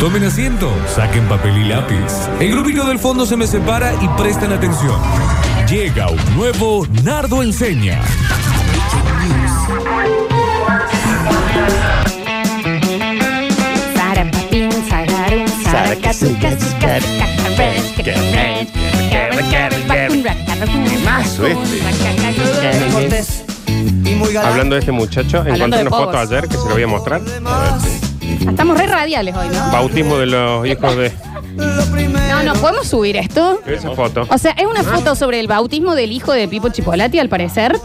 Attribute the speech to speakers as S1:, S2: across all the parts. S1: Tomen asiento, saquen papel y lápiz. El grupito del fondo se me separa y presten atención. Llega un nuevo Nardo Enseña.
S2: Temazo este.
S3: Cortés.
S4: Y muy galán.
S2: Hablando de este muchacho,
S3: Hablando
S2: encontré
S3: de
S2: una foto
S3: pavos.
S2: ayer que se la voy a mostrar.
S3: Estamos re radiales hoy, ¿no?
S2: Bautismo de los hijos de.
S4: Lo primero.
S3: No, no, ¿podemos subir esto?
S2: Esa foto.
S3: O sea, es una foto sobre el bautismo del hijo de Pipo Chipolati, al parecer.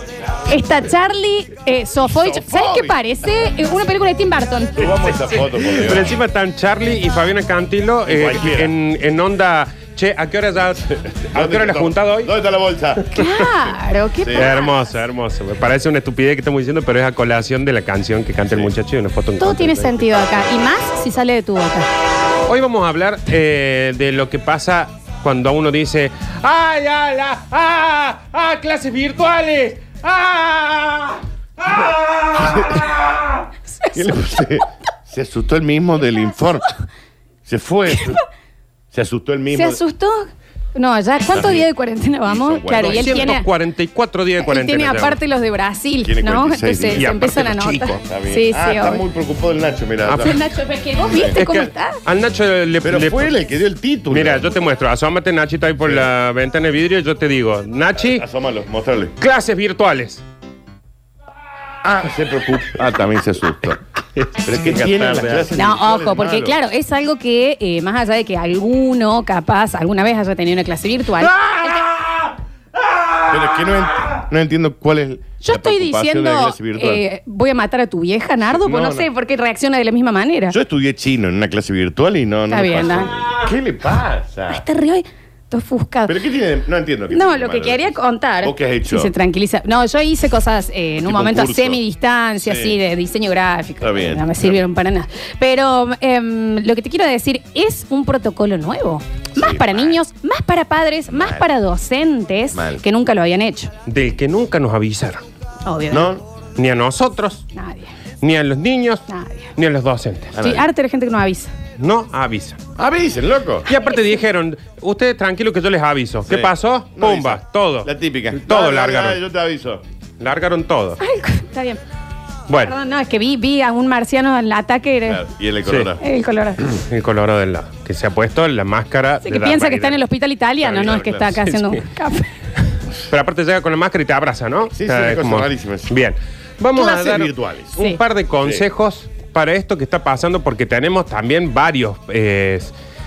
S3: Está Charlie eh, Sofovich. ¿Sabes qué parece? Eh, Una película de Tim Burton.
S5: Subamos esa foto, por Dios.
S2: Pero encima están Charlie y Fabiana Cantilo eh,
S5: Cualquiera.
S2: en, en onda. Che, ¿a qué hora ya? ¿A qué hora la has juntado hoy?
S5: ¿Dónde está la bolsa?
S3: Claro, qué
S2: Sí,
S3: pasa?
S2: hermoso, hermoso. Me parece una estupidez que estamos diciendo, pero es a colación de la canción que canta el muchacho y una foto en
S3: Todo
S2: contra.
S3: tiene sentido acá. Y más si sale de tu boca.
S2: Hoy vamos a hablar eh, de lo que pasa cuando uno dice ¡Ay, ay, la, ah, ah, clases virtuales! ¡Ah! ¡Ah!
S5: ¿Qué le- se, se asustó el mismo del informe. Se fue. Se asustó el
S3: ¿Se
S5: mismo.
S3: asustó? No, ya. ¿Cuántos días de cuarentena vamos?
S5: Sí, son
S3: Claro, y él tiene.
S2: 144 días de
S3: Él
S2: cuarentena.
S3: tiene
S2: lleva.
S3: aparte los de Brasil,
S5: Tiene
S3: ¿no?
S5: 46
S3: Entonces
S5: días.
S2: Y
S3: se empiezan a
S2: aparte los
S3: notar.
S2: chicos,
S5: Está bien.
S3: Sí,
S5: Ah,
S3: sí,
S5: está
S3: obvio.
S5: muy preocupado el Nacho, mira.
S2: Ah,
S5: Ya.
S2: pero-
S3: Nacho, pero es que vos viste
S2: Es
S3: cómo
S2: que
S3: está.
S5: ah,
S2: Al Nacho le,
S5: Pero
S2: le-
S5: fue él el que dio el título.
S2: Mira, yo te muestro. Asómate, Nachito, ahí por la ventana de vidrio y yo te digo, Nachi,
S5: Asómalo, mostrarle.
S2: clases virtuales.
S5: Ah, se preocupa. Ah, también se asustó. Pero ¿qué
S2: Llega
S5: tiene las
S2: tarde,
S5: clases
S3: No,
S5: virtuales
S3: ojo, porque
S5: malo?
S3: claro, es algo que eh, más allá de que alguno capaz alguna vez haya tenido una clase virtual.
S5: ¡Ah! Pero es que no, ent- no entiendo cuál es.
S3: Yo
S5: la
S3: estoy
S5: preocupación de la
S3: diciendo,
S5: clase virtual.
S3: eh, voy a matar a tu vieja, Nardo, porque no,
S5: No,
S3: sé
S5: no.
S3: por qué reacciona de la misma manera.
S5: Yo estudié chino en una clase virtual y no. no
S3: Está
S5: me
S3: bien,
S5: pasó.
S3: da.
S5: ¿Qué le pasa?
S3: Está re hoy, Este está ofuscado.
S5: ¿Pero qué tiene? de- No entiendo. qué
S3: No,
S5: tiene de
S3: lo que
S5: malo.
S3: quería contar.
S5: ¿Vos qué has hecho?
S3: Si se tranquiliza. No, yo hice cosas eh, en un
S5: Tipo
S3: momento
S5: curso.
S3: a semidistancia,
S5: Sí.
S3: así, de diseño gráfico.
S5: Está bien.
S3: No me
S5: Está
S3: sirvieron para nada. Pero em, lo que te quiero decir es un protocolo nuevo. Más
S5: Sí,
S3: para
S5: mal.
S3: niños, más para padres, más para docentes
S5: Mal.
S3: que nunca lo habían hecho.
S2: Del que nunca nos avisaron.
S3: Obvio.
S5: No,
S2: Ni a nosotros,
S3: Nadie.
S2: ni a los niños,
S3: Nadie.
S2: ni a los docentes.
S5: A
S3: Sí,
S5: nadie.
S3: arte de la gente que no avisa.
S2: No avisan.
S5: avisen, loco.
S2: Y aparte dijeron, ustedes tranquilos que yo les aviso. ¿Qué
S5: Sí.
S2: pasó?
S5: No
S2: Pumba,
S5: avisa.
S2: todo.
S5: La típica.
S2: Todo
S5: No,
S2: largaron.
S5: Yo te aviso.
S2: Largaron todo.
S3: Ay, está bien.
S2: Bueno,
S3: Perdón, no, es que vi, vi a un marciano en el ataque. era-
S5: Claro, Y él le colora.
S3: El color.
S2: el colorado del lado. Que se ha puesto la máscara.
S3: Así
S2: de
S3: que
S2: la
S3: piensa que
S2: realidad.
S3: está en el hospital italiano, no
S5: Claro, claro,
S3: es que está
S5: claro.
S3: acá
S2: Sí,
S3: haciendo
S2: sí.
S3: un café.
S2: Pero aparte llega con la máscara y te abraza, ¿no?
S5: Sí,
S2: O sea,
S5: sí, una
S2: es
S5: cosa rarísima eso.
S2: Bien. Vamos
S5: Clases
S2: a dar
S5: virtuales.
S2: un
S3: Sí.
S2: par de consejos para esto que está pasando, porque tenemos también varios, eh,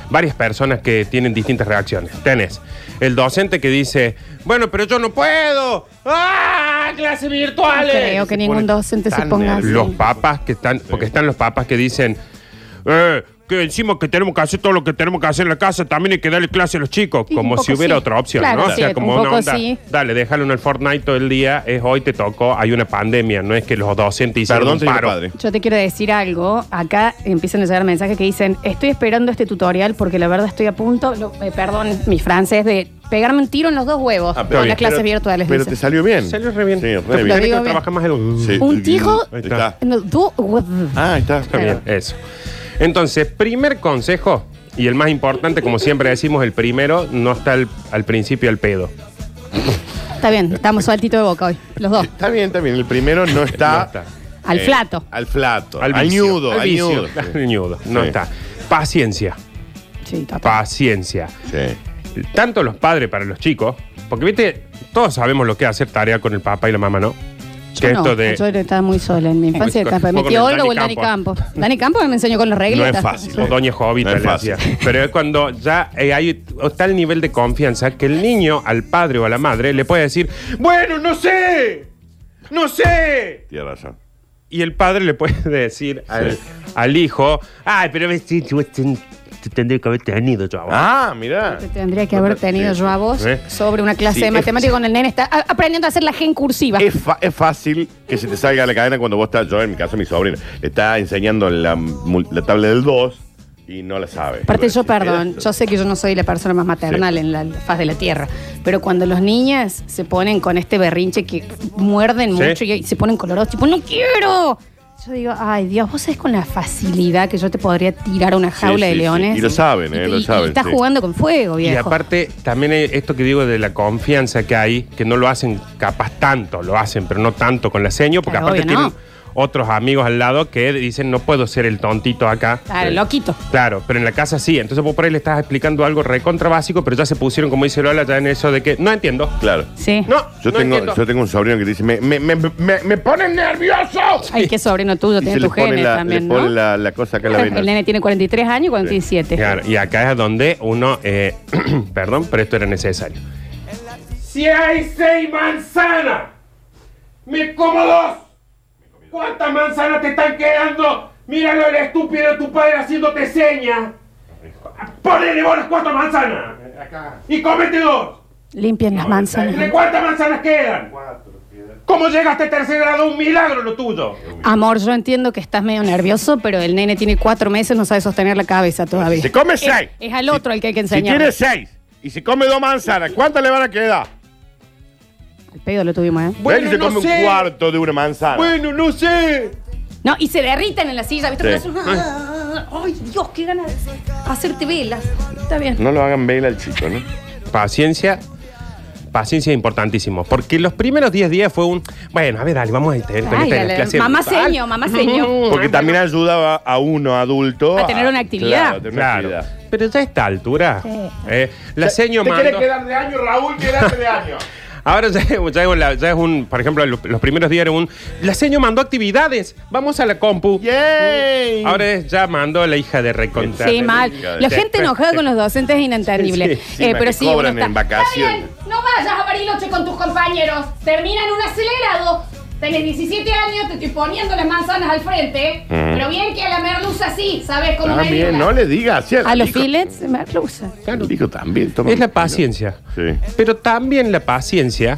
S2: varias personas que tienen distintas reacciones. Tenés el docente que dice, bueno, pero yo no puedo. ¡Ah! ¡Clases virtuales!
S3: creo que ningún
S5: pone
S3: docente se
S5: tan
S3: ponga así.
S2: Los papas que están, porque están los papas que dicen, eh, que encima que tenemos que hacer todo lo que tenemos que hacer en la casa, también hay que darle clase a los chicos,
S3: Y un
S2: como
S3: poco
S2: si hubiera
S3: sí.
S2: otra opción,
S3: Claro,
S2: ¿no? O
S3: sí,
S2: sea,
S3: un
S2: como una
S3: poco
S2: onda,
S3: sí.
S2: dale, déjalo en el Fortnite todo el día, es hoy te tocó, hay una pandemia, no es que los docentes hicieron
S5: Perdón,
S2: un
S5: señor
S2: paro.
S5: padre.
S3: Yo te quiero decir algo. Acá empiezan a llegar mensajes que dicen: Estoy esperando este tutorial porque la verdad estoy a punto, lo- eh, perdón, mi francés, de pegarme un tiro en los dos huevos
S5: Ah, pero
S3: con
S2: bien,
S3: las clases
S5: pero-
S3: virtuales.
S5: Pero
S3: dice.
S5: te salió bien.
S2: Salió re bien.
S5: Sí,
S2: Te
S5: re
S3: Lo
S5: bien.
S2: fíjate que
S3: digo bien.
S2: trabaja más el-
S5: Sí.
S3: Un tijo-
S5: Ahí está.
S3: En los dos huevos.
S5: Ah, ahí está.
S2: Está bien, eso. Entonces, primer consejo, y el más importante, como siempre decimos, el primero, no está al, al principio el pedo.
S3: Está bien, estamos sueltito de boca hoy, los dos.
S5: Está bien, está bien. El primero no
S2: No
S5: está.
S2: está.
S3: Al
S5: eh,
S3: flato.
S5: Al flato. Al,
S2: vicio,
S5: nudo. Al,
S2: vicio,
S5: nudo.
S2: al nudo, no
S5: Sí.
S2: está. Paciencia,
S3: Sí, total.
S2: paciencia.
S5: Sí.
S2: tanto los padres para los chicos, porque viste, todos sabemos lo que es hacer tarea con el papá y la mamá, ¿no?
S3: Yo
S2: Que
S3: no,
S2: esto de
S3: yo estaba muy sola en mi infancia.
S2: Muy
S3: estaba-
S2: con-
S3: mi
S2: con
S3: tío
S2: el
S3: Olga o el
S2: Dani
S3: Dani Campos. Dani Campos me enseñó con los
S5: No
S3: regletas.
S5: es fácil.
S2: o Doña Jovita
S5: No es
S2: le
S5: fácil.
S2: hacía. Pero es cuando ya eh, hay o tal nivel de confianza que el niño al padre o a la madre le puede decir, bueno, no sé, no sé.
S5: Tienes razón.
S2: Y el padre le puede decir al,
S5: Sí.
S2: al hijo, ay, pero ves, sí, tú, tú, tú tendrías que haber tenido yo a vos".
S5: Ah, mirá.
S3: Te tendría que haber tenido
S5: Sí.
S3: yo a vos
S2: ¿Eh?
S3: sobre una clase
S5: Sí,
S3: de
S5: es-
S3: matemáticas con el nene. Está a- aprendiendo a hacer la gen cursiva.
S5: Es, fa- es fácil que se te salga la cadena cuando vos estás, yo en mi caso, mi sobrina, le está enseñando la, mul- la tabla del 2 y no la sabe.
S3: Aparte, yo,
S5: Y vos decís,
S3: perdón,
S5: "Eh,
S3: yo sé que yo no soy la persona más maternal
S5: Sí.
S3: en la faz de la tierra, pero cuando los niñas se ponen con este berrinche que muerden
S2: Sí.
S3: mucho y y se ponen colorados, tipo, no quiero. Yo digo, ay Dios, vos sabés con la facilidad que yo te podría tirar a una jaula
S5: sí,
S3: de
S5: sí.
S3: leones.
S5: Y lo saben, eh,
S3: Y-
S5: lo
S3: y- y
S5: saben,
S3: Estás
S5: sí.
S3: jugando con fuego,
S2: Y
S3: viejo.
S2: aparte, también hay esto que digo de la confianza que hay, que no lo hacen capaz tanto, lo hacen, pero no tanto con la seño, porque
S3: Claro,
S2: aparte
S3: obvio,
S2: tienen
S3: no.
S2: otros amigos al lado que dicen, no puedo ser el tontito acá.
S3: Claro, loquito.
S2: Claro, pero en la casa sí. Entonces vos por ahí le estás explicando algo recontra básico, pero ya se pusieron, como dice Lola, ya en eso de que no entiendo.
S5: Claro.
S3: Sí.
S2: No,
S5: Yo,
S2: no
S5: tengo,
S2: entiendo.
S5: yo tengo un sobrino que dice, me, me, me, me, me ponen nervioso.
S3: Ay, qué sobrino tuyo,
S5: Y se
S3: tiene
S5: le
S3: tus
S5: pone,
S3: genes
S5: la,
S3: también,
S5: le
S3: ¿no?
S5: pone la, la cosa acá en la
S3: El
S5: vena.
S3: nene tiene 43 años y 47.
S2: Claro, y acá es donde uno, eh, perdón, pero esto era necesario. Si hay seis manzanas, me como dos. ¿Cuántas manzanas te están quedando? Míralo el estúpido de tu padre haciéndote señas. Ponele vos las cuatro manzanas. Y cómete dos.
S3: Limpian las
S2: ¿De
S3: manzanas.
S2: cuántas manzanas quedan? ¿Cómo llegaste a este tercer grado? Un milagro lo tuyo.
S3: Amor, yo entiendo que estás medio nervioso, pero el nene tiene cuatro meses, no sabe sostener la cabeza todavía.
S5: Si se come
S3: Es-
S5: seis.
S3: Es, al otro al que hay que
S5: Si
S3: enseñar.
S5: tiene seis y se come dos manzanas, ¿cuántas le van a quedar?
S3: Al pedo lo tuvimos, ¿eh?
S5: Bueno,
S2: Bueno,
S5: se
S2: no
S5: come
S2: sé.
S5: un cuarto de una manzana.
S2: Bueno, no sé.
S3: No, y se derritan en la silla, ¿viste?
S5: Sí.
S3: Porque hacen- Ay, Dios, qué ganas de hacerte velas. Está bien.
S5: No lo hagan vela al chico, ¿no?
S2: Paciencia. Paciencia es importantísimo. Porque los primeros 10 días fue un. Bueno, a ver, dale, vamos a tener
S3: Ay,
S2: tener
S3: dale.
S2: clase
S3: Mamá
S2: virtual. Mm,
S3: seño, mamá seño.
S5: Porque también ayudaba a uno adulto
S3: A tener una actividad.
S5: Claro, a tener una
S2: Claro.
S5: actividad.
S2: Pero ya a esta altura. eh, la seño mandó-
S5: de año, Raúl? Quédate de año.
S2: Ahora ya, ya es la- ya es un. Por ejemplo, los, los primeros días era un. La seño mandó actividades. Vamos a la compu.
S5: ¡Yay!
S2: Ahora es, ya mandó la hija de recontra.
S3: Sí, mal. La
S2: Sí.
S3: gente enojada con los docentes es inentendible.
S5: este Sí, sí,
S3: Eh,
S5: encima
S3: pero
S5: que
S3: sí,
S5: cobran
S3: uno está-
S5: en vacaciones.
S6: Está bien, No vayas a Bariloche con tus compañeros. Termina en un acelerado. Tenés 17 años, te estoy poniendo las manzanas al frente. Pero bien que a la merluza sí, ¿sabes cómo
S5: Ah, bien,
S6: medirla?
S5: no le digas. sí,
S3: A los
S5: dijo-
S3: fillets, merluza.
S5: Dijo también. toma
S2: Es la
S5: mi-
S2: paciencia.
S5: Sí.
S2: Pero también la paciencia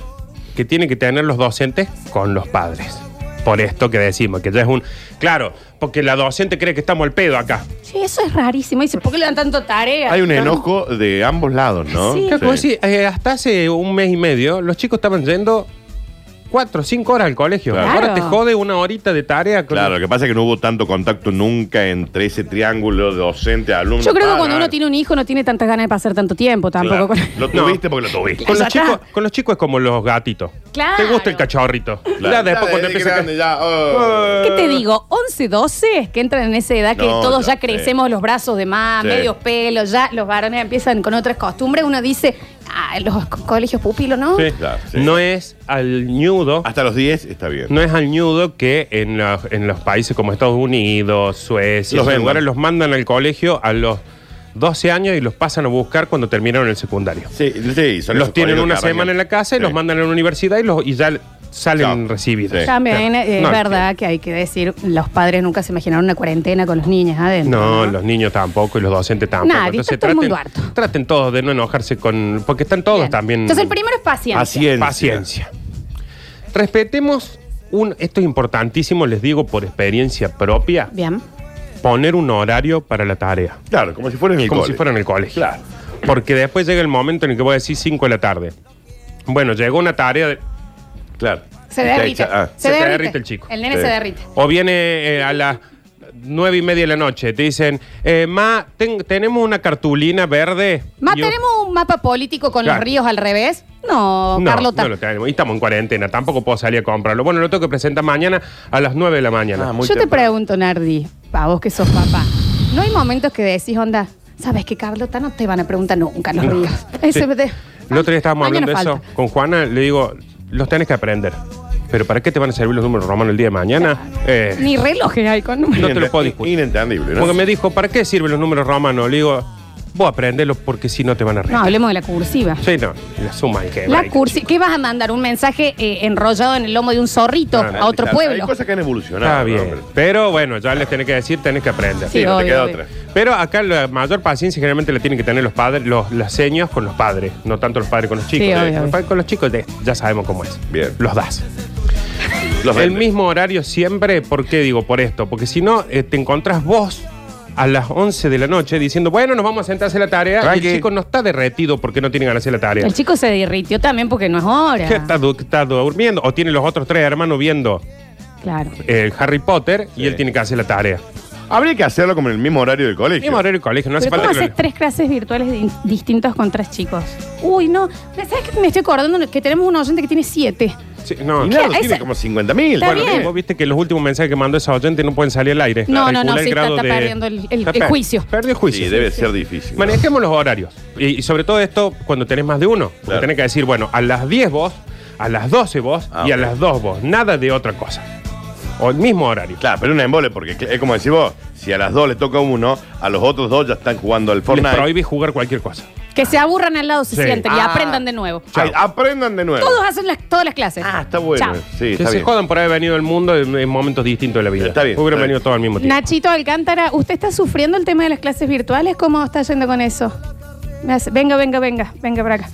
S2: que tienen que tener los docentes con los padres. Por esto que decimos, que ya es un. Claro, porque la docente cree que estamos al pedo acá.
S3: Sí, eso es rarísimo. Dice, ¿por qué le dan tanto tarea?
S5: Hay un enojo de ambos lados, ¿no?
S3: Sí.
S2: Claro, como decir, eh, hasta hace un mes y medio, los chicos estaban yendo cuatro, cinco horas al colegio.
S5: Claro.
S2: Ahora
S3: Claro.
S2: te jode una horita de tarea. con-
S5: Claro, lo que pasa es que no hubo tanto contacto nunca entre ese triángulo docente-alumno.
S3: Yo creo que cuando uno tiene un hijo no tiene tantas ganas de pasar tanto tiempo tampoco. con-
S5: Lo tuviste porque lo tuviste.
S2: Con los,
S3: Ya está.
S2: chicos, con los chicos es como los gatitos.
S3: Claro.
S2: Te gusta el cachorrito. Ya después cuando empieza a
S5: grande, ya, oh.
S3: ¿Qué te digo? 11, 12 que entran en esa edad que
S5: No,
S3: todos
S5: ya,
S3: ya crecemos los brazos de más,
S5: Sí.
S3: medios pelos, ya los varones empiezan con otras costumbres. Uno dice, ah, los co- colegios pupilos, ¿no?
S2: Sí.
S5: Claro, sí.
S2: No es al nudo.
S5: Hasta los 10 está bien.
S2: No es al nudo que en los, en los países como Estados Unidos, Suecia,
S5: Los
S2: los
S5: venden.
S2: lugares los mandan al colegio a los 12 años y los pasan a buscar cuando terminaron el secundario.
S5: Sí, sí, son
S2: los
S5: esos
S2: tienen
S5: colegios
S2: una
S5: que
S2: semana
S5: arrancan.
S2: en la casa y
S5: Sí.
S2: los mandan a la universidad y, los, y ya salen
S5: Chao.
S2: recibidos.
S5: Sí.
S3: También eh, es
S2: No,
S3: verdad que hay que decir, los padres nunca se imaginaron una cuarentena con los niños adentro.
S2: No, los niños tampoco y los docentes tampoco.
S3: Nadie, está todo el mundo harto.
S2: traten todos de no enojarse con. Porque están todos
S3: Bien.
S2: también.
S3: Entonces el primero es paciencia.
S5: Paciencia.
S2: Paciencia. Respetemos un. Esto es importantísimo, les digo por experiencia propia.
S3: Bien.
S2: Poner un horario para la tarea.
S5: Claro, como si fuera en el
S2: como
S5: cole.
S2: si fuera en el colegio.
S5: Claro.
S2: Porque después llega el momento en el que voy a decir 5 de la tarde. Bueno, llegó una tarea. de-
S5: Claro.
S3: Se
S5: Te
S3: derrite.
S5: echa- ah,
S3: se,
S2: se te
S3: derrite.
S2: derrite el chico.
S3: El nene
S5: Sí.
S3: se derrite.
S2: o viene eh, a las nueve y media de la noche. Te dicen, eh, Ma, ten- tenemos una cartulina verde.
S3: Ma,
S2: Y yo-
S3: ¿tenemos un mapa político con
S2: Claro.
S3: los ríos al revés? No,
S2: No,
S3: Carlota.
S2: no lo tenemos. Y estamos en cuarentena. Tampoco puedo salir a comprarlo. Bueno, lo tengo que presentar mañana a las 9 de la mañana.
S5: Ah, muy
S3: Yo te
S5: temprano.
S3: pregunto, Nardi, a vos que sos papá, ¿no hay momentos que decís, onda, sabes que Carlota no te van a preguntar nunca los ríos?
S2: Sí.
S3: Ese de-
S2: El otro día estábamos
S3: Mañana
S2: hablando de eso
S3: falta.
S2: con Juana. Le digo, los tenés que aprender. Pero ¿para qué te van a servir los números romanos el día de mañana? Eh,
S3: Ni relojes hay con números.
S2: No te lo puedo discutir.
S5: Inentendible, ¿no?
S2: porque me dijo, ¿para qué sirven los números romanos? Le digo, vos aprendelos porque si no te van a reír.
S3: No, hablemos de la cursiva.
S2: Sí, no. La suma es que.
S3: La cursiva. ¿Qué vas a mandar? ¿Un mensaje eh, enrollado en el lomo de un zorrito
S2: No, no,
S3: a otro
S5: Claro,
S3: pueblo?
S5: Hay cosas que han evolucionado.
S2: Está
S5: ¿no?
S2: bien.
S5: Pero-
S2: Pero bueno, ya les tenés que decir, tenés que aprender.
S5: Sí, no te
S3: obvio,
S5: queda
S3: obvio.
S5: otra.
S2: Pero acá la mayor paciencia generalmente la tienen que tener los padres, los, las señas con los padres, no tanto los padres con los chicos.
S3: Sí, obvio,
S2: los
S3: obvio.
S2: padres con los chicos de- ya sabemos cómo es.
S5: Bien.
S2: Los das.
S5: Los
S2: El
S5: venden.
S2: mismo horario siempre, ¿por qué digo por esto? Porque si no, eh, te encontrás vos a las 11 de la noche diciendo, bueno, nos vamos a sentar a hacer la tarea. Y
S5: Tranqui.
S2: el chico no está derretido porque no tiene ganas de hacer la tarea.
S3: El chico se derritió también porque no es hora.
S2: Que está, du- está durmiendo o tiene los otros tres hermanos viendo.
S3: Claro.
S2: eh, Harry Potter y
S5: Sí.
S2: él tiene que hacer la tarea.
S5: Habría que hacerlo como en el mismo horario del colegio.
S2: Mismo horario de colegio, no hace
S3: Pero ¿cómo
S2: falta que lo-
S3: haces tres clases virtuales di- distintas con tres chicos? Uy, no. ¿Sabes que me estoy acordando que tenemos un oyente que tiene siete?
S2: Sí, no.
S5: Y nada,
S3: ¿Qué?
S5: tiene
S3: Esa-
S5: como 50 mil.
S3: Está bien.
S2: Vos viste que los últimos mensajes que mandó esa oyente no pueden salir al aire.
S3: No, no, no,
S2: Calcula el
S3: sí, está-
S2: grado
S3: está
S2: de-
S3: perdiendo el- el-
S2: Está
S3: el
S2: per-
S3: juicio.
S2: Perdió el juicio.
S5: Sí, debe ser difícil.
S2: Manejemos los horarios. Y, y sobre todo esto cuando tenés más de uno. Porque
S5: Claro.
S2: tenés que decir, bueno, a las 10 vos, a las 12 vos
S5: Ah,
S2: y a
S5: ok.
S2: las 2 vos. Nada de otra cosa. O el mismo horario.
S5: Claro, pero un embole, porque es como decís vos, si a las dos le toca uno, a los otros dos ya están jugando al
S2: Les
S5: Fortnite.
S2: prohíbe jugar cualquier cosa.
S3: Que se aburran al lado, se
S2: Sí.
S3: sienten y
S5: Ah.
S3: aprendan de nuevo.
S5: Ay, aprendan de nuevo.
S3: Todos hacen las, todas las clases.
S5: Ah, está bueno.
S3: Chao.
S5: Sí,
S2: que
S5: está
S2: se
S5: bien.
S2: jodan por haber venido al mundo en, en momentos distintos de la vida.
S5: Está bien,
S2: Hubieran
S5: está
S2: venido
S5: bien.
S2: todos al mismo tiempo.
S3: Nachito Alcántara, ¿usted está sufriendo el tema de las clases virtuales? ¿Cómo está yendo con eso? Me hace- Venga, venga, venga, venga para acá.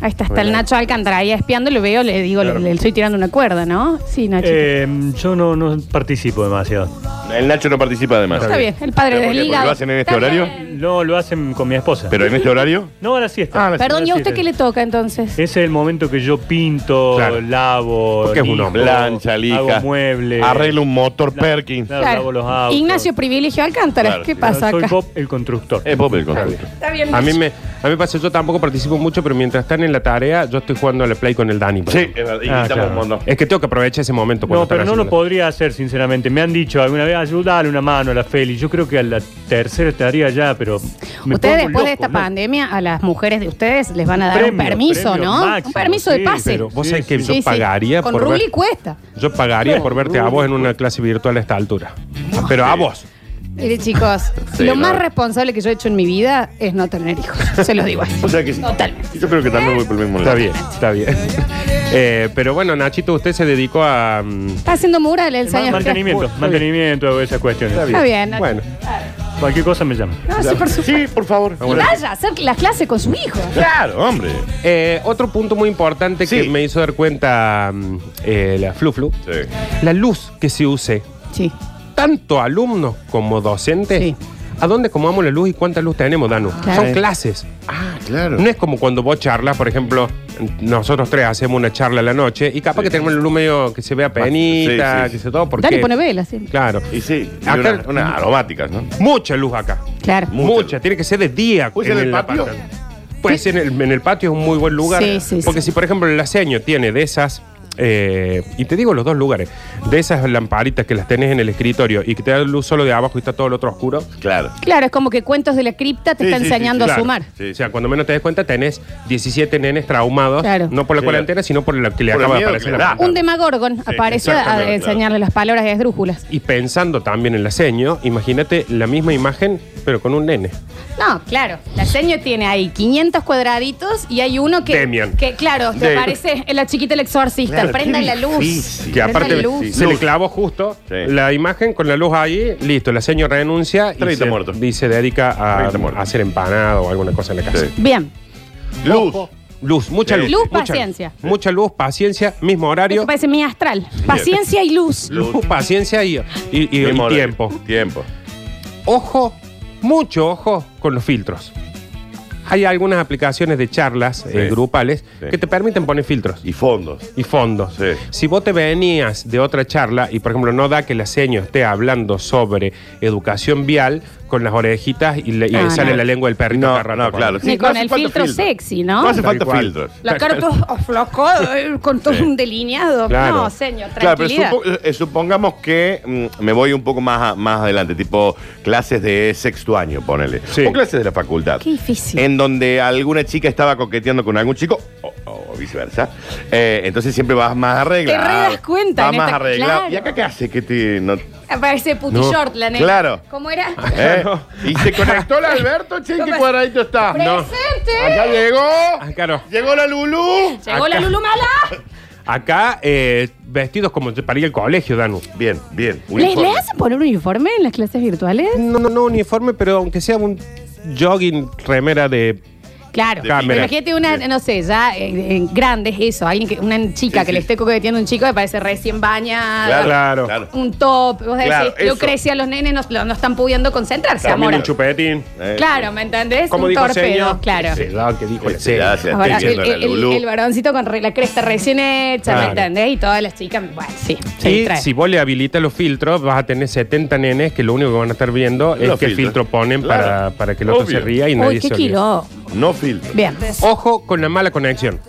S3: Ahí está, está el Nacho Alcántara ahí espiando, lo veo, le digo, le, le estoy tirando una cuerda, ¿no? Sí, Nacho.
S7: Eh, yo no, no participo demasiado.
S5: El Nacho no participa además.
S3: está bien, el padre
S5: ¿Pero
S3: del
S5: por qué? ¿Porque
S3: hígado.
S5: lo hacen en este
S3: Está
S5: horario?
S3: bien.
S7: No lo hacen con mi esposa.
S5: ¿Pero en este horario?
S7: no a la siesta.
S5: Ah, a la
S3: Perdón, ¿y a
S7: Pues, Sí,
S3: usted
S7: sí.
S3: qué le toca entonces?
S7: Ese es el momento que yo pinto,
S2: Claro.
S7: lavo,
S2: Porque es un
S7: lijo,
S2: hombre.
S5: Plancha, lija.
S7: hago muebles.
S5: Arregla un motor
S7: La-
S5: Perkins.
S7: Claro, lavo los autos.
S3: Ignacio Privilegio Alcántara,
S5: Claro,
S3: ¿qué
S5: sí.
S3: pasa
S7: Soy
S3: acá?
S7: Bob el constructor.
S5: Es Bob el constructor.
S3: Está bien,
S2: A mí
S3: Nacho.
S2: me, a mí me pasa, yo tampoco participo mucho, pero mientras están en la tarea, yo estoy jugando a la play con el Dani. por
S5: Sí, eh, es
S2: ejemplo.
S5: verdad. Y
S7: Ah,
S5: estamos
S7: claro.
S5: un montón.
S2: Es que tengo que aprovechar ese momento. cuando
S7: No,
S2: están
S7: pero no lo
S2: haciendo-
S7: podría hacer, sinceramente. Me han dicho alguna vez, ayúdale una mano a la Feli. Yo creo que a la tercera estaría ya, pero. me
S3: Ustedes
S7: pongo
S3: después de
S7: loco,
S3: esta
S7: ¿no?
S3: pandemia, a las mujeres de ustedes les van a dar un
S7: Premio,
S3: permiso,
S7: premio
S3: ¿no?
S7: máximo,
S3: un permiso de
S7: sí,
S3: pase.
S2: Pero vos
S7: Sí,
S2: sabés que
S7: sí,
S2: yo
S3: Sí, sí.
S2: pagaría
S3: Con
S2: por ver-
S3: Ruli cuesta.
S2: Yo pagaría por verte a vos en una clase virtual a esta altura. Pero a vos.
S3: Mire, chicos,
S5: Sí,
S3: lo
S5: no.
S3: más responsable que yo he hecho en mi vida es no tener hijos. Se los digo así.
S5: O sea que sí.
S3: Totalmente.
S5: Yo creo que también voy por el mismo
S2: Está
S5: lado.
S2: bien, está bien. Eh, pero bueno, Nachito, usted se dedicó a. mm,
S3: Está haciendo mural el
S7: Ma-
S3: señor.
S7: Mantenimiento, mantenimiento, hago esas cuestiones.
S3: Está bien. Nacho.
S2: Bueno,
S7: Cualquier cosa me llama.
S3: No, sí, por supuesto.
S5: Sí, por favor.
S3: Y vaya a hacer la clase con su hijo.
S5: Claro, hombre.
S2: Eh, otro punto muy importante
S5: Sí.
S2: que me hizo dar cuenta mm, eh, la Fluflu,
S5: Sí.
S2: la luz que se use,
S3: Sí.
S2: tanto alumnos como docentes.
S3: Sí.
S2: ¿A dónde comamos la luz y cuánta luz tenemos, Danu?
S3: Claro.
S2: Son clases.
S5: Ah, claro.
S2: No es como cuando vos charlas, por ejemplo, nosotros tres hacemos una charla a la noche y capaz que tenemos la luz medio que se vea penita,
S5: Ah, Sí, sí,
S2: que
S5: sí.
S2: se todo, porque...
S3: Dani pone velas siempre.
S2: Claro.
S5: Y sí, y
S2: Acá-
S5: una- unas aromáticas, ¿no?
S2: Mucha luz acá.
S3: Claro.
S5: Mucha
S2: Mucha.
S5: luz.
S2: Tiene que ser de día.
S5: ¿Puede ser en el
S2: la
S5: patio?
S2: pantalla. Puede
S3: Sí.
S2: ser Pues, en el, en el patio, es un muy buen lugar.
S3: Sí, sí,
S2: porque
S3: sí.
S2: si, por ejemplo, el laseño tiene de esas... eh, y te digo los dos lugares, de esas lamparitas que las tenés en el escritorio y que te da luz solo de abajo y está todo el otro oscuro.
S5: Claro.
S3: Claro, es como que cuentos de la cripta te
S5: Sí,
S3: está
S5: sí, sí,
S3: enseñando
S5: claro.
S3: a sumar.
S5: Sí,
S2: O sea, cuando menos te des cuenta, tenés 17 nenes traumados,
S3: Claro.
S2: no por la
S5: Sí.
S2: cuarentena, sino por la que le
S5: Por el
S2: acaba de
S5: miedo
S2: aparecer
S5: que
S2: la
S5: le da.
S2: pantalla.
S3: Un demagorgon aparece a
S5: exactamente, claro.
S3: enseñarle las palabras esdrújulas.
S2: Y pensando también en la seño, imagínate la misma imagen, pero con un nene.
S3: No, claro. La seño tiene ahí 500 cuadraditos y hay uno que.
S2: Demian.
S3: Que, claro, te
S5: Demian.
S3: aparece en la chiquita el exorcista.
S5: Claro,
S3: prenda
S5: qué
S3: la luz.
S5: difícil.
S2: Que
S3: Prenda
S2: aparte
S3: la luz.
S2: se le clavó justo
S5: Sí.
S2: la imagen con la luz ahí, listo, la seño renuncia y
S5: 30
S2: se,
S5: muertos.
S2: y se dedica a,
S5: 30 muertos.
S2: a hacer empanado o alguna cosa en la casa.
S5: Sí.
S3: Bien.
S5: Luz.
S2: Luz, mucha
S5: Sí.
S2: luz.
S3: Luz,
S2: mucha
S3: paciencia.
S2: Mucha luz, paciencia, mismo
S3: Esto
S2: horario.
S3: parece mi astral. Paciencia y luz.
S2: Luz, paciencia y, y- y- y
S5: Mismo horario.
S2: tiempo.
S5: Tiempo.
S2: Ojo, mucho ojo con los filtros. Hay algunas aplicaciones de charlas eh, grupales
S5: Sí.
S2: que te permiten poner filtros.
S5: Y fondos.
S2: y fondos.
S5: Sí.
S2: Si vos te venías de otra charla y, por ejemplo, no da que la seño esté hablando sobre educación vial con las orejitas y le, y
S3: Ah,
S2: sale
S3: no.
S2: la lengua del perrito
S5: No,
S2: agarrando
S5: no,
S2: con-
S5: claro. Sí,
S3: Ni con
S5: hace
S3: el
S5: falta
S3: filtro sexy, ¿no?
S5: No hace
S2: Tal
S5: falta
S2: cual.
S5: filtros.
S3: La cara toda aflojada, eh, con todo un delineado.
S2: Claro.
S3: No, señor,
S5: Claro, pero
S3: tranquilidad.
S5: supo- eh, supongamos que mm, me voy un poco más, a- más adelante, tipo clases de sexto año, ponele.
S2: Sí.
S5: O clases de la facultad.
S3: Qué difícil.
S5: En donde alguna chica estaba coqueteando con algún chico, o, o viceversa. Eh, entonces siempre vas más arreglado.
S3: Te re das cuenta
S5: Vas
S3: en
S5: más
S3: esta-
S5: arreglado.
S3: claro.
S5: ¿Y acá qué hace? Que te, no-
S3: Aparece puti
S2: No.
S3: short, la nena.
S5: Claro.
S3: ¿Cómo era?
S5: ¿eh? ¿Y se conectó el Alberto? Che, ¿en ¿qué cuadradito está?
S3: ¡Presente!
S5: Acá llegó.
S2: Ah, claro.
S5: Llegó la Lulu.
S3: Llegó la Lulu Mala.
S2: Acá, eh, vestidos como para ir al colegio, Danu.
S5: Bien, bien.
S3: ¿Les,
S5: uniforme.
S3: ¿Les hacen poner un uniforme en las clases virtuales?
S2: No, no, no uniforme, pero aunque sea un jogging, remera de
S3: Claro.
S5: De cámara.
S3: Imagínate una, no sé, ya eh, eh, grande es eso. Alguien que, una chica que
S5: Sí, sí.
S3: le esté coqueteando a un chico que parece recién bañada.
S2: Claro.
S3: Un top. Vos decís,
S5: Claro, eso.
S3: yo crecí a los nenes, no, no están pudiendo concentrarse,
S2: También
S3: amor.
S2: un chupetín.
S5: Eh,
S3: Claro, ¿me entendés?
S2: Como
S3: un
S2: dijo
S3: torpedo,
S2: Señor.
S3: claro.
S2: Sí, lo que dijo el
S5: Sí, ya se
S2: señor.
S5: la
S3: Ahora,
S5: estoy
S3: el,
S5: viendo a la
S3: el- el-
S5: Lulú.
S3: el varoncito con re- la cresta recién hecha,
S2: Claro.
S3: ¿me entendés? Y todas las chicas, bueno, sí, se
S2: Y
S3: distraen.
S2: si vos le habilitas los filtros, vas a tener 70 nenes que lo único que van a estar viendo es
S5: Los
S2: qué
S5: filtros.
S2: filtro ponen
S5: Claro.
S2: para, para que el otro
S5: Obvio.
S2: se ría y nadie
S3: Uy, qué
S2: se Oh. olvide.
S3: kilo.
S5: Eh, No filtro.
S3: Bien.
S2: Ojo con la mala conexión.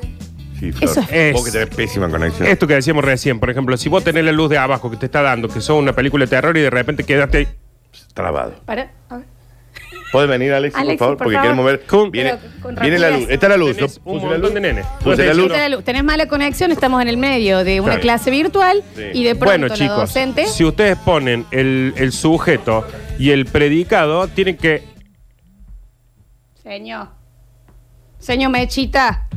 S5: Sí, Flor.
S3: Eso
S2: es-
S5: Vos que tenés pésima conexión.
S2: Esto que decíamos recién, por ejemplo, si vos tenés la luz de abajo que te está dando, que son una película de terror y de repente quedaste ahí.
S5: Trabado.
S3: Para, a ver.
S5: ¿Puedes venir, Alexis, por
S3: Alexis,
S5: favor?
S3: por
S5: Porque
S3: favor.
S5: queremos ver.
S2: Con-
S5: viene
S3: Pero con
S5: viene la
S3: rapidez.
S5: luz. Está la luz.
S2: Tenés
S5: Yo
S2: un
S5: puse la
S2: montón
S5: luz.
S2: de nenes.
S5: Puse la luz.
S3: Corta la luz. Tenés mala conexión, estamos en el medio de una
S5: Claro.
S3: clase virtual
S5: Sí.
S3: y de pronto
S2: Bueno,
S3: la
S2: chicos,
S3: docente.
S2: si ustedes ponen el, el sujeto y el predicado, tienen que.
S3: Señor. Señor Mechita.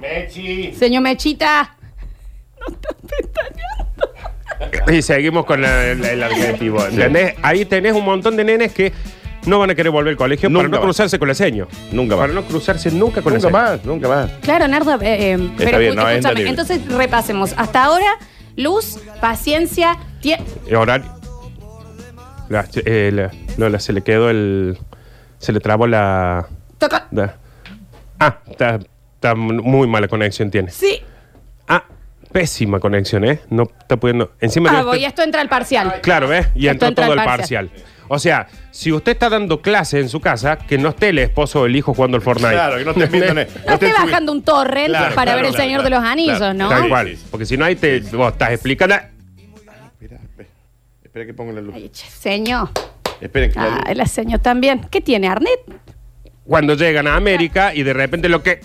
S5: Mechi.
S3: Señor Mechita.
S2: Y seguimos con la- la- el adjetivo. ¿Entendés? Ahí tenés un montón de nenes que no van a querer volver al colegio
S5: Nunca
S2: para no
S5: más.
S2: cruzarse con la seño.
S5: Nunca más.
S2: Para no cruzarse nunca con
S5: Nunca
S2: la seño.
S5: más, nunca más.
S3: Claro, Nardo, eh, eh, pero
S5: bien,
S3: escu-
S5: no, entra
S3: escúchame.
S5: libre.
S3: Entonces repasemos. Hasta ahora, luz, paciencia, tie-
S2: Eh, Horario. La- eh, la- no, la- se le quedó el. Se le trabó la.
S3: toca-
S2: da- Ah, está, está muy mala conexión tiene.
S3: Sí.
S2: Ah, pésima conexión, ¿eh? No está pudiendo. Encima
S3: Ah,
S2: de-
S3: voy, esto entra al parcial.
S2: este- Claro, ¿ves? Y
S3: Esto
S2: entró
S3: entra
S2: todo
S3: al
S2: el parcial. O sea, si usted está dando clases en su casa, que no esté el esposo o el hijo jugando al Fortnite.
S5: Claro, que no te
S2: ¿Entendés?
S5: pintan. eh.
S3: No
S5: te
S3: esté
S5: subí.
S3: bajando un torrent para
S5: Claro, claro,
S3: ver el
S5: claro,
S3: Señor
S5: claro,
S3: de los Anillos,
S5: claro.
S3: ¿no?
S2: Tal
S5: Sí,
S2: cual.
S5: sí.
S2: Porque si no, ahí te, vos estás explicando.
S5: Espera, espera. Espera que pongo la luz.
S3: Ay, che, Señor.
S5: Esperen que la
S3: Ah,
S5: luz.
S3: la señor también. ¿Qué tiene Arnet?
S2: Cuando llegan a América y de repente lo que.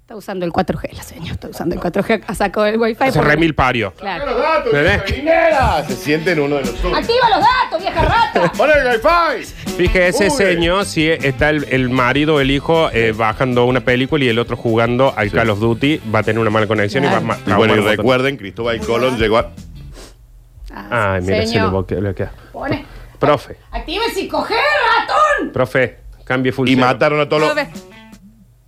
S3: Está usando el 4G, la señor. Está usando el 4G. Ha sacado el Wi-Fi.
S2: Se
S3: por-
S2: remil pario.
S3: Claro.
S2: ¿Entendés?
S5: ¡Dinera! Se sienten uno de los suyos.
S6: ¡Activa los datos, vieja rata!
S5: ¡Pon el wifi!
S2: Fíjese,
S5: Uy.
S2: señor, si está el, el marido o el hijo eh, bajando una película y el otro jugando al Call of Duty, va a tener una mala conexión y va a ma-
S5: Y bueno, y
S2: traumar un montón.
S5: recuerden, Cristóbal Colón llegó a.
S2: Ay, mira, se le
S3: señor.
S2: boque- le queda.
S6: Pone.
S2: Profe,
S6: ¡Activa el 5G, ratón!
S2: profe, cambie full.
S5: Y
S2: cero.
S5: mataron a todos los.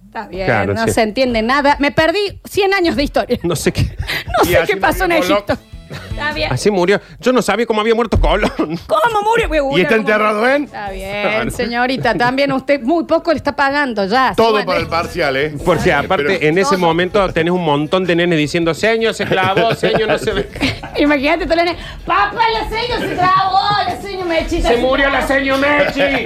S3: Está bien,
S2: Claro,
S3: no
S2: sí.
S3: se entiende nada. Me perdí 100 años de historia.
S2: No sé qué.
S3: No
S5: Y
S3: sé
S5: así
S3: qué pasó en
S5: murió Colón.
S3: Egipto. Está bien.
S2: Así murió. Yo no sabía cómo había muerto Colón.
S3: ¿Cómo murió? Voy a
S5: Y
S3: googlear
S5: está
S3: cómo
S5: enterrado
S3: murió.
S5: en.
S3: Está bien, señorita. También usted muy poco le está pagando ya.
S5: Todo
S3: Bueno,
S5: para el parcial, ¿eh?
S2: Porque
S5: Eh,
S2: aparte,
S5: pero-
S2: en ese momento tenés un montón de nenes diciendo, señor, se clavó, señor, no se ve.
S3: Imagínate, todo el-
S6: ¡Papá, la seño se trabó! ¡La seño mechita!
S2: Se murió la señor Mechi.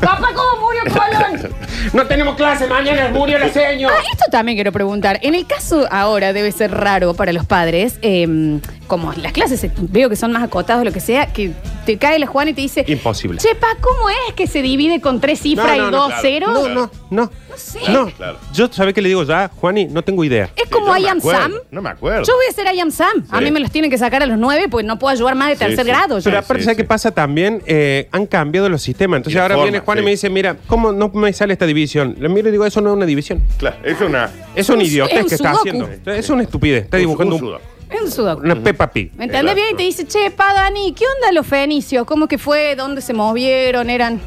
S6: ¡Papá, cómo murió Colón!
S2: No tenemos clase mañana, murió la señor.
S3: Ah, esto también quiero preguntar. En el caso ahora debe ser raro para los padres, eh, como las clases eh, veo que son más acotadas o lo que sea, que te cae la Juana y te dice...
S2: Imposible.
S3: Chepa, ¿cómo es que se divide con tres cifras
S2: No, no,
S3: y
S2: no,
S3: dos
S5: claro.
S3: ceros?
S5: No,
S2: No, no.
S3: No sé.
S2: No.
S5: Claro.
S2: Yo, ¿sabés qué le digo ya? Juani, no tengo idea.
S3: Es
S5: Sí,
S3: como
S5: yo no
S3: I
S5: me
S3: am
S5: acuerdo,
S3: Sam.
S5: No me acuerdo.
S3: Yo voy a ser I am Sam. A
S5: Sí.
S3: mí me los tienen que sacar a los nueve porque no puedo ayudar más de tercer
S5: sí.
S3: grado. yo.
S2: Pero
S5: Sí,
S2: aparte,
S5: sí,
S2: ¿sabes
S5: sí.
S2: qué pasa? También eh, han cambiado los sistemas.
S5: Y
S2: Entonces
S5: la
S2: ahora
S5: forma,
S2: viene Juan
S5: sí.
S2: y me dice, mira, ¿cómo no me sale esta división? Le miro y digo, eso no es una división.
S5: Claro, es una.
S2: Es un
S3: Es un-
S2: idiotez
S3: es un
S2: que está
S3: sudoku.
S2: haciendo. Es una estupidez. Está
S5: un-
S2: dibujando
S5: un
S2: un-
S5: sudoku.
S3: Es un sudoku.
S2: una Peppa Pig.
S3: ¿Me entendés
S5: Exacto.
S3: bien? Y te dice, che, pa, Dani, ¿qué onda los fenicios? ¿Cómo que fue? ¿Dónde se movieron? Eran...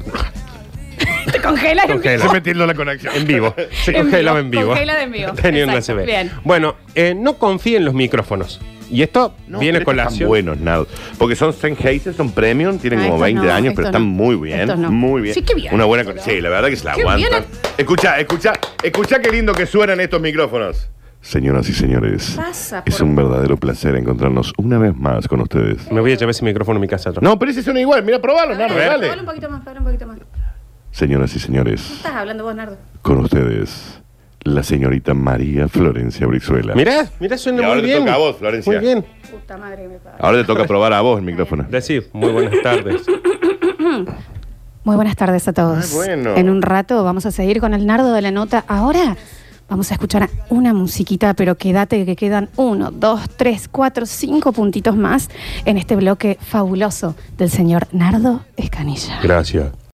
S3: te congelaron.
S2: Congela.
S5: Se me tildó la conexión.
S2: En vivo. Se
S3: En
S2: congelaba
S3: vivo,
S2: en vivo.
S3: congelada en vivo.
S2: Tenía una
S3: Exacto,
S2: USB.
S3: bien.
S2: Bueno, eh, no confíe en los micrófonos. Y esto
S5: No,
S2: viene
S5: pero este
S2: con la
S5: estos están buenos, Nado. Porque son Sennheiser, son premium, tienen
S3: Ah,
S5: como
S3: estos
S5: 20
S3: no,
S5: años,
S3: estos
S5: pero están
S3: no.
S5: muy bien.
S3: Estos no.
S5: Muy bien.
S3: Sí, qué bien.
S5: Una buena con- Sí, la verdad que se la
S3: Qué
S5: aguantan.
S3: bien.
S5: Escucha, escucha, escucha qué lindo que suenan estos micrófonos. Señoras y señores,
S3: Pasa
S5: es
S3: por-
S5: un verdadero placer encontrarnos una vez más con ustedes.
S2: Me voy a llevar ese micrófono a mi casa. yo.
S5: No, pero ese suena igual, mira, probalo, Nardo, dale.
S3: un poquito más, un poquito más.
S5: Señoras y señores,
S3: Estás hablando vos, Nardo.
S5: con ustedes, la señorita María Florencia Brizuela.
S2: Mirá, mirá, suena
S5: Y ahora
S2: muy
S5: te
S2: bien.
S5: toca a vos, Florencia.
S2: Muy bien.
S3: Puta madre que me paga.
S5: Ahora te toca probar a vos el micrófono.
S2: Decir, muy buenas tardes.
S3: Muy buenas tardes a todos.
S5: Ah, bueno.
S3: En un rato vamos a seguir con el Nardo de la nota. Ahora vamos a escuchar una musiquita, pero quédate que quedan uno, dos, tres, cuatro, cinco puntitos más en este bloque fabuloso del señor Nardo Escanilla.
S2: Gracias.